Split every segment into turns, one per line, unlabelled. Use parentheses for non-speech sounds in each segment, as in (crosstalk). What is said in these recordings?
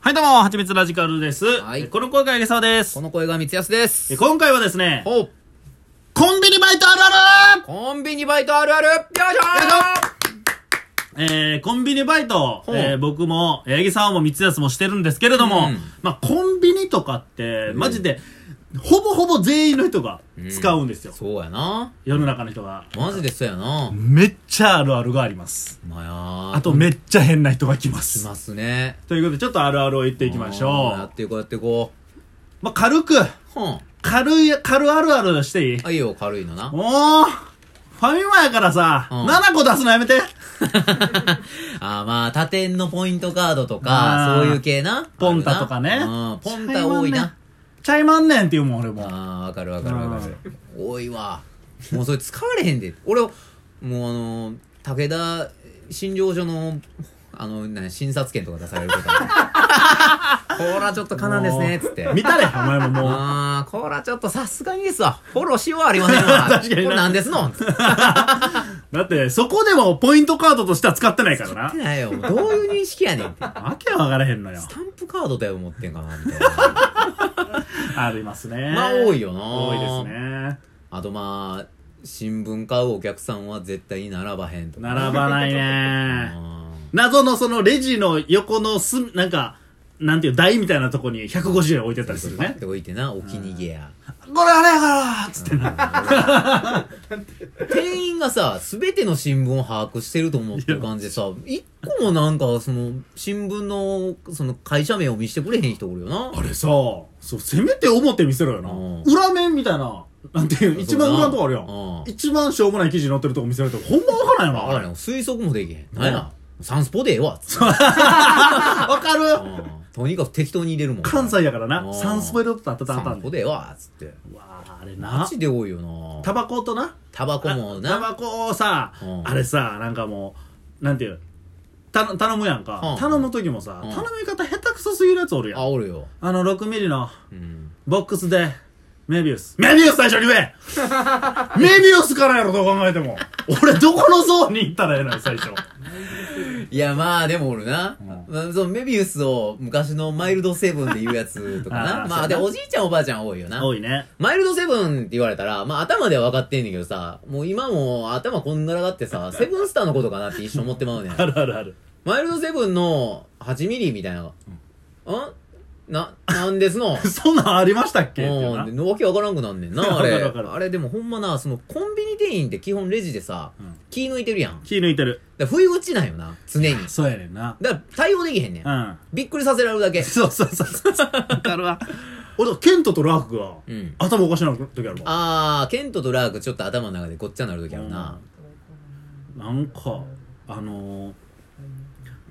はいどうも、はちみつラジカルです。
はい
えこの声があげそうです
こ。の声が三安です
え。今回はですね、
お
コンビニバイトあるある
コンビニバイトあるあるよいしょ
えー、コンビニバイト、
ほう
えー、僕も、八木さんも三つやもしてるんですけれども、
うん
まあコンビニとかって、マジで、ほぼほぼ全員の人が使うんですよ。
そうやな。
世の中の人が。
マジでそうやな。
めっちゃあるあるがあります。
まあや
あと、めっちゃ変な人が来ま
し
す。
ますね。
ということで、ちょっとあるあるを言っていきましょ
あーやっ
う。
ていこうやっていこ
まあ軽く、
う。うん。
軽い、軽あるあるしていい
あ、いいよ、軽いのな。
もう、ファミマやからさ、
うん
7個出すのやめて。
あーまあ、他店のポイントカードと
あ
か、
ー
そういう系な。
ポンタとかね
あるなうん、ポンタ多いな。
ちゃいまんねんって言うもん、俺も。
ああ、わかるわかるわかる。多いわ。もうそれ使われへんで。俺、もうあのー、武田診療所の、あの、な診察券とか出されることあ
(laughs)
る。こらちょっとかなんですね、つって。
見たれ、お前ももう。
ああ、こらちょっとさすがにですわ。フォローしようありませんわ。
確かにな
これなんですのつって
だって、そこでもポイントカードとしては使ってないからな。
ないよ。もうどういう認識やねんって。
わけわからへんのよ
ス。タンプカードだよ、持ってんかな、みたいな。
ありますね。
まあ、多い。よな。
多いです。ね。
あとまあ、新聞買うお客さんは絶対に並ばへんとか。
並ばないね。
あ
謎のそのレジの横のす、なんか、なんていう台みたいなとこに150円置いてたりする
ーっ
ね。
て置いてな、お気に入りや。
これあれやからつってな。
店員がさ、すべての新聞を把握してると思ってる感じでさ、一個もなんか、その、新聞の、その、会社名を見せてくれへん人おるよな。
あれさ、そう、せめて表見せろよな。
うん
裏面みたいな、なんていう、一番裏のとこあるやん。
うん
一番しょうもない記事に載ってるとこ見せられても、ほんまわからんよな。
わからんよ。推測もできへん。なんや。サンスポでええわ。つって
わか
う
る
んとにかく適当に入れるもん。
関西やからな
う。ん
サンスポイドとあったた
サ
あった
ン
ん
ス
で
ポ。でええわ。つって。
うわああれ
マ
な。
ジで多いよな。
タバコとな。
タバコも
タ
な。
バコをさ
う、ん
あれさ、なんかもう、なんていう、た頼むやんか
う。ん
頼む時もさ、
うん
頼み方下手くそすぎるやつおるや
あ、
ん。
おるよ。
あの、6ミリの
うん。
ボックスで、メビウス。メビウス最初に言 (laughs) えメビウスからやろ、どう考えても。俺、どこのゾーンに行ったらええのよ、最初。
いや、まあ、でも俺な、まあそのメビウスを昔のマイルドセブンで言うやつとか
あ
な。
ー
ま
そ
あ、
う
で、
だな
おじいちゃんおばあちゃん多いよな。
多いね。
マイルドセブンって言われたら、まあ頭では分かってんねんけどさ、もう今もう頭こんがらがってさ、セブンスターのことかなって一瞬思ってま
(laughs)
うねん。
あるあるある。
マイルドセブンの8ミリみたいな。んな、なんで
(laughs)
すの
そんなんありましたっけっていうな。
うん、わけわからんくなんね
(laughs)
んな、あ
わ
れ。
かるわかる
あれでもほんまな、そのコンビニ店員って基本レジでさ、
うん
気抜いてるやん。だか
気抜いてる。
ら不意打ちなんよな、常に。
そうやねんな。
だから対応できへんねん
う。ん。
びっくりさせられるだけ。
そうそうそうそう。わかるわ。 (laughs) 俺、ケントとラークが、
うん。
頭おかしな時あるもん。
あー、ケントとラークちょっと頭の中でごっちゃなるときあるな。
なんか、あのー、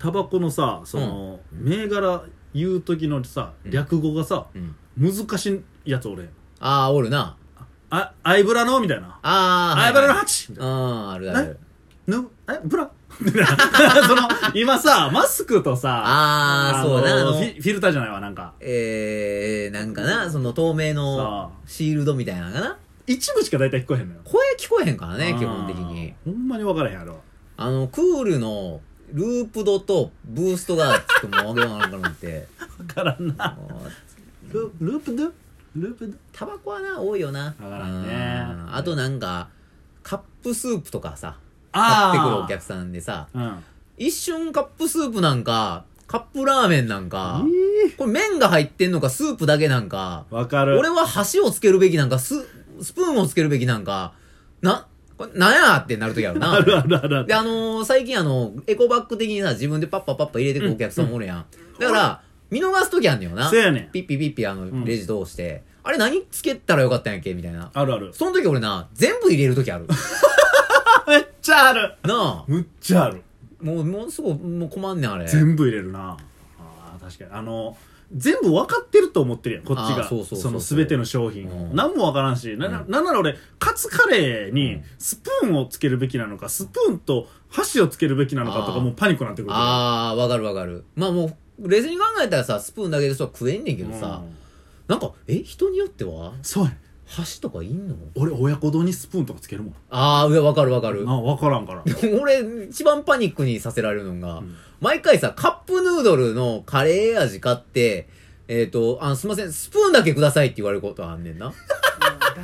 タバコのさ、その、銘柄言う時のさ、略語がさ、
うん。
難しいやつ俺。
あー、おるな。
あ、アイブラのみたいな。
あー。
アイブラの8みたいな。
うん、あるある。
ぬ、え、ブラ (laughs) その、今さ、マスクとさ、
ああ、
の
そうだな。あの
フィフィルターじゃないわ、なんか。
えー、なんかな、その透明
さ
のシールドみたいなのかな。
一部しか大体聞こえへんのよ。
声聞こえへんからね、基本的に。
あー。ほんまに分からへんやろ。
あの、クールのループドとブーストがつくもわけわからんく
(laughs)
なって。
分からんな。
もう
ルループドゥループドゥ
タバコはな、多いよな。
わからんね
うんあとなんか、カップスープとかさ、買
あー
ってくるお客さんでさ、
うん。
一瞬カップスープなんか、カップラーメンなんか、
え
これ麺が入ってんのかスープだけなんか、
わかる。
俺は箸をつけるべきなんか、ス、スプーンをつけるべきなんか、な、これなんやってなるときあ
(laughs)
るな。
あるあるあるある
で、。あのー最近あの、エコバッグ的にさ、自分でパッパパッパ入れてくお客さんおるやん。だから、見逃すときあんねよな。
せやねん
ピッピピッピあ
ん
の、レジ通して、あれ何つけたらよかったんやっけみたいな。
あるある。
その時俺な、全部入れるときあ
(laughs)
る。
めっちゃある。
なあ。
むっちゃある。
もう、もうすごい、もう困んねん、あれ。
全部入れるな。ああ、確かに。あの、全部分かってると思ってるやん、こっち
あ
が。
ーそうそうそうそう
の全ての商品を。
うん
何も分からんし、な、な
う
なんなら俺、カツカレー
う
に
ん
スプーンをつけるべきなのか、スプーンと箸をつけるべきなのかとか、
あー
もうパニックになってくる。
あー、わかるわかる。まあもう、冷静に考えたらさ、スプーンだけでそう食えんねんけ
うん
どさ、なんか、え、人によっては
そうや。
箸とかいんの
俺親子丼にスプーンとかつけるもん
ああ、いやわかるわかる。
な分からん
(laughs)
から
俺、一番パニックにさせられるのが、
ん
毎回さ、カップヌードルのカレー味買って、えっ、と、あの、すいません、スプーンだけくださいって言われることあんねんな。
だ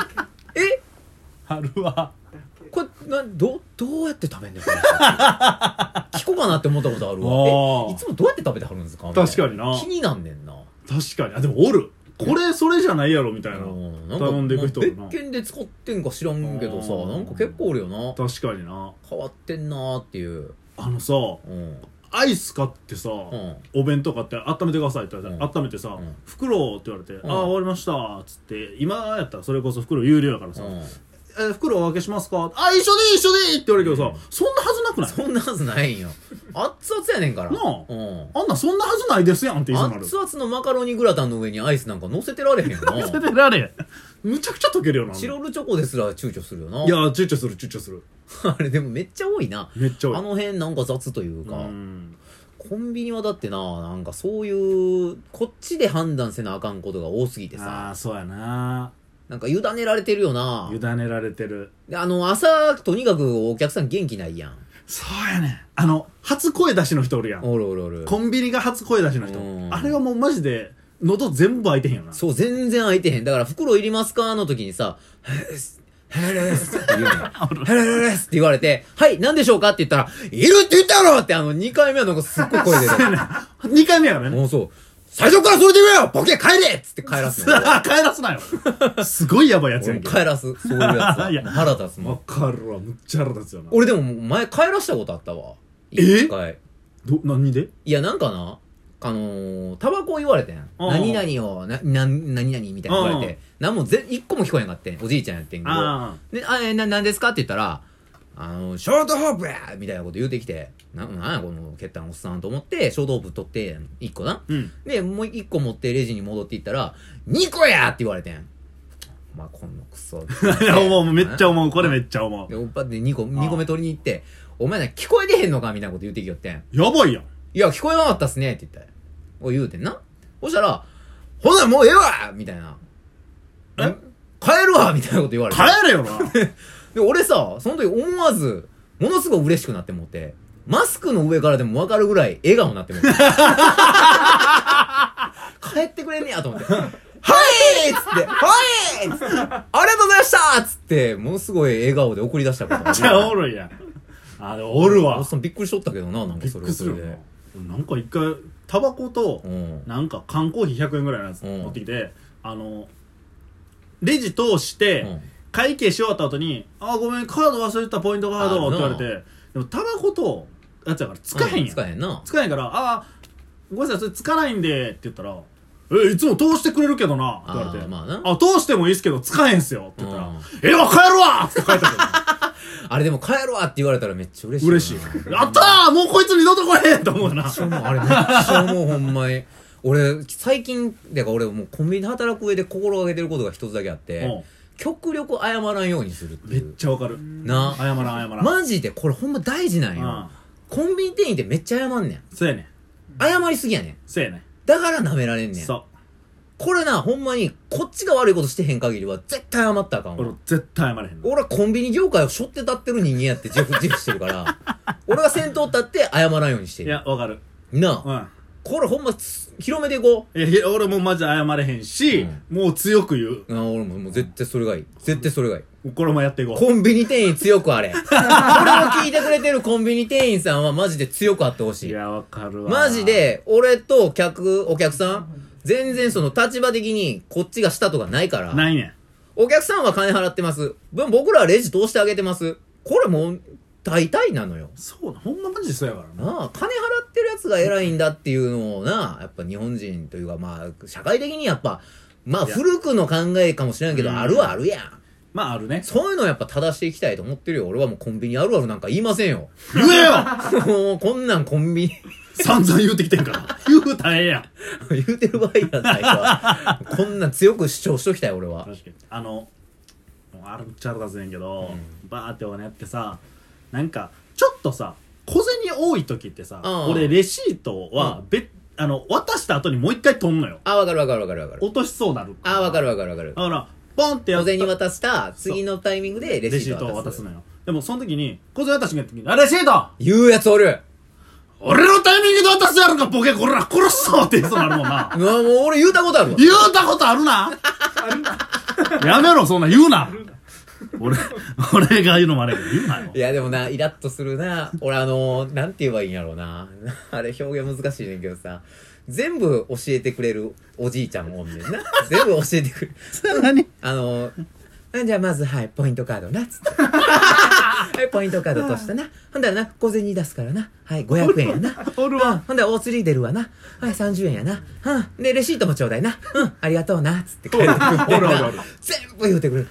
けだ
え
あるわ
け
これ、な、ど、どうやって食べんねん、これ。
(laughs)
聞こうかなって思ったことある
あ
わ。
ー
え、いつもどうやって食べてはるんですか
確かにな
気になんねんな。
確かにあでもおるこれそれじゃないやろみたいな
うんなんか
頼んでいく人おるな
まあ別件で使ってんか知らんけどさ、
あー
なんか結構おるよな。
確かにな
変わってんなーっていう。
あのさ
うん。
アイス買ってさ、
うん。
お弁当買って温めてくださいって言われたら、
う
温めてさ、
うん
袋って言われて、
ん
ああ終わりましたっつって今やったらそれこそ袋有料やからさ、
うん
えー袋お分けしますかあ一緒でいい一緒でいいって言われるけどさ、そんなはずなくない
そんなはずな
(laughs)
いんよ。熱々やねんから。
なあ
うん。
あんなそんなはずないですやんって言いそうになる
熱々のマカロニグラタンの上にアイスなんか乗せてら
(laughs)
れへんよ
見せ
な。
てられんむちゃくちゃ溶けるよな
チロルチョコですら躊躇するよな。
いや、躊躇する躊躇する
(laughs) あれでもめっちゃ多いな。
めっちゃ
あ
多い
の辺なんか雑というか、
うん
コンビニはだってな、なんかそういう、こっちで判断せなあかんことが多すぎて
あ
さ、
あそうやな
なんか委ねられてるよな
委。ねられてる
であの、朝、とにかくお客さん元気ないやん。
そうやねんあの初声出しの人おるやん
おるおるおる。
コンビニが初声出しの人
うん
あれはもうマジで喉全部開いてへんよな
そう、全然開いてへん。だから、袋いりますかの時にさ、へす、へれすって
(laughs)
言うねん。へれれすって言われて、はい、何でしょうかって言ったら、いるって言ったやろってあの、2回目はなんかすっごい声出
(laughs)
て
2回目やから
る。
ね
もうそう、最初からそれで言えよボケ帰れっつって帰らすの。も
(laughs) (laughs) 帰らすなよすごいやばいやつや
うん
け
帰らす。そういうや
(laughs)
つ
いや
は。腹立つも
わ
ん。
かるわむっちゃ腹立つよな
俺でももう前帰らしたことあったわ。
え
一回。
ど何で
いや、なんかな、あのー、タバコ言われてん。
うん
何々を、な、な、何々みたいな言われて。なんもぜ、一個も聞こえなかったん。おじいちゃんやってんけど。
あ
で、あ、え、な、なんですかって言ったら、あの、ショートホープやみたいなこと言うてきて、な、なんやこの欠タンおっさんと思って、ショートホープ取って、1個な。
あうん
で、もう1個持ってレジに戻っていったら、2個やって言われてん。まあ、このク
(laughs) い
ソ。
や思うもうめっちゃ思うこれめっちゃ思う
で、おっぱで2個、二個目取りに行って、お前な、聞こえてへんのかみたいなこと言うてきよってん。
やばいやん
いや、聞こえなかったっすねって言ったよ。お言うてんな。そしたら、ほな、もうええわみたいな。
え
ん帰るわみたいなこと言われて。
帰れよな
で、俺さ、その時思わず、ものすごい嬉しくなって思って、マスクの上からでも分かるぐらい笑顔になって
(laughs)
思って。帰ってくれんねやと思って。はいっつって、はいっつって、ありがとうございましたっつって、ものすごい笑顔で送り出したことある。
じゃあおるやんあでもおる
おっ
わ
さんびっくりしとったけどな、なんか
びっ
そ
く
れは
りす
それ
る
で。
よななんか一回タバコと
うん。
なんか缶コーヒー100円ぐらいのやつ
うん
持ってきてあのレジ通して、
うん
会計し終わった後に「あーごめんカード忘れてたポイントカード」
あ
っ
る
て
な
言われてでもタバコとやつやからつかへんやん、
う使えへんな。
つかへんから「ああごめんなさいそれつかないんで」って言ったら「えいつも通してくれるけどな」って言われ
あ
て
ーまあな
あ通してもいいっすけどつかへんっすよ」って言った
う
ら
ん
「えわ帰るわ!」って書いてあ
あれでも帰るわって言われたらめっちゃ嬉し (laughs)
る
い。
嬉しい「やったーもうこいつ二度と来へん!」と思うな
ちゃもうあれめっちゃもうほんまに。俺、最近、だから俺もうコンビニで働く上で心がけてることが一つだけあって、
うん
極力謝らんようにするって
め
い
っ
う。
ちゃわかる
な
謝らん謝らん
マジでこれほんま大事な
う
ん
ん
よ。コンビニ店員ってめっちゃ謝んねん。
そうやねん
謝りすぎやねん。
そうやね
だから舐められん
ん
ねん。
そう
これな、ほんまに、こっちが悪いことしてへん限りは絶対謝ったらあかんわ
俺絶対謝れへんの
俺はコンビニ業界を背負って立ってる人間やっ
(laughs)
て自負、自負してるから、俺が先頭立って謝らんようにして
い
る。
やわかる
な
う
あ、
ん
これほんまつ、広めていこう。
いやいや俺もマジで謝れへんし、もう強く言
あ俺ももう絶対それがいい。絶対それがいい。
うこれもやっていこう
コンビニ店員強く
(laughs)
あれ。これを聞いてくれてるコンビニ店員さんはマジで強くあってほし
い
い。
やわかるわ
マジで、俺と客、お客さん、全然その立場的にこっちがしたとかないから、
ないねん
お客さんは金払ってます。ぶ僕らはレジ通してあげてます。これもう、大体なのよ。
そうなほんまマジでそうやからな
なあ、金払ってるやつが偉いんだっていうのをな、やっぱ日本人というかまあ、社会的にやっぱ、まあ
いや
古くの考えかもしれんけど、
うん
あるはあるやん。
まああるね
そういうのをやっぱ正していきたいと思ってるよ。俺はもうコンビニあるあるなんか言いませんよ。
言えよ
もうこんなんコンビニ
(laughs) 散々言うてきてんから言うたらええやん
言うてる場合やないか。こんなん強く主張しときたい俺は。
確かにあのあるっちゃ腹立つねんけど、バーってお金やってさなんかちょっとさ小銭多い時ってさ、
うん
俺レシートは、べあの渡した後にもう一回取んのよ
あ、わかるわかるわかるわかる。
落としそうなる
あ、わかるわかるわかる。
だからポンってや
小
った
銭渡した次のタイミングでレ
レ
シ
シ
ー
ー
ト
ト
を
を渡
渡す
すのよでもその時に小銭渡しにやった時に「あレシート
言うやつおる
俺のタイミングで渡すやろかボケこら殺すぞ!」って言いそうになるもんな
うわもう俺言うたことあるわ
(laughs) 言うたことあるな
あるな
(laughs) やめろそんな言うな俺俺が言うのもあれやけど言うなよ
いやでもなイラッとするな俺あのなんて言えばいいんやろうなあれ表現難しいねんけどさ全部教えてくれるおじいちゃんもおんねんな全部教えてくれる
(laughs) それ何
あのじゃあまずはいポイントカード
(laughs)
なつってはいポイントカードとしたなほんだらな小銭出すからなはい500円やな
(laughs) おるわ
うんほんだらお釣り出るわなはい30円やなうんでレシートもちょうだいなうんありがとうなつって書いてくれ
(laughs) お
て
るおるお
な
る
(laughs) 全部言うてくれる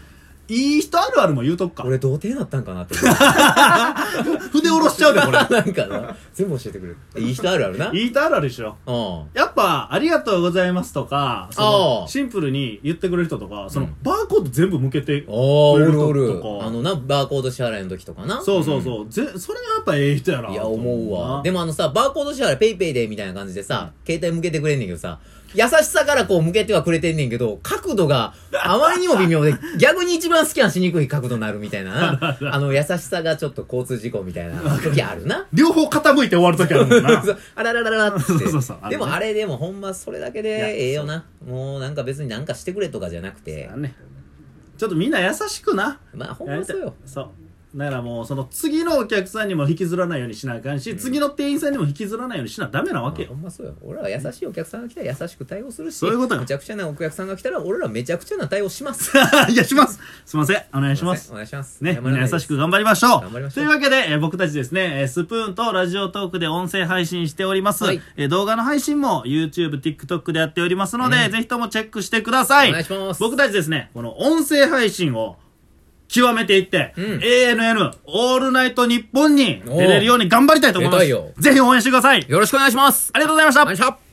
いい人あるあるも言うとくか
俺童貞なったんかなっ
(laughs)
て思う
筆下ろしちゃうでこれ
(laughs) なんかな全部教えてくれるいい人あるあるなうん
(laughs) いい人あるあるでしょやっぱ、ありがとうございますとか、そ
あー
のシンプルに言ってくれる人とか、その、バーコード全部向けて、
おーおるおる
とか
あのなバーコード支払いの時とかな
そうそうそう、ぜそれがやっぱええ人やな。
いや、思うわ。で
も、。
もあのさ、バーコード支払いペイペイでみたいな感じでさ、携帯向けてくれんねんけどさ、優しさからこう向けてはくれてんねんけど、角度があまりにも微妙で、逆に一番スキャンしにくい角度になるみたいななあの優しさがちょっと交通事故みたいな時あるな
(laughs) 両方傾いて終わる時あるもん
(laughs)
な。
そうあらららららっつっ
そうそうそうあ
て。
れ
で
ね
もあれでもほんまそれだけでええよな。もうなんか別になんかしてくれとかじゃなくて
だ、ねちょっとみんな優しくな。
まあほんまそうよ。
そう。だからもう、その次のお客さんにも引きずらないようにしなあかんし、次の店員さんにも引きずらないようにしなダメなわけ
ほ
よ。
んまそうよ俺ら優しいお客さんが来たら優しく対応するし
そういうことよ
めちゃくちゃなお客さんが来たら俺らめちゃくちゃな対応します
(laughs) いや、します。すいません。お願いします
お。願いします
ね、
謝
み
ら
ん
な
ない
で
優
す
しく頑張りましょう。
頑張りましょ
と
う
いうわけで、えー僕たちですね、えースプーンとラジオトークで音声配信しております。
はい
えー動画の配信も YouTube、TikTok でやっておりますので、
うん
ぜひともチェックしてください。
お願いします
僕たちですね、この音声配信を極めていって、
うん
ANN オールナイト日本に
おー
出れるように頑張りたいと思いま
出たいよ
す。ぜひ応援してください。
よろしくお願いします
ありがとうございました
お願い。します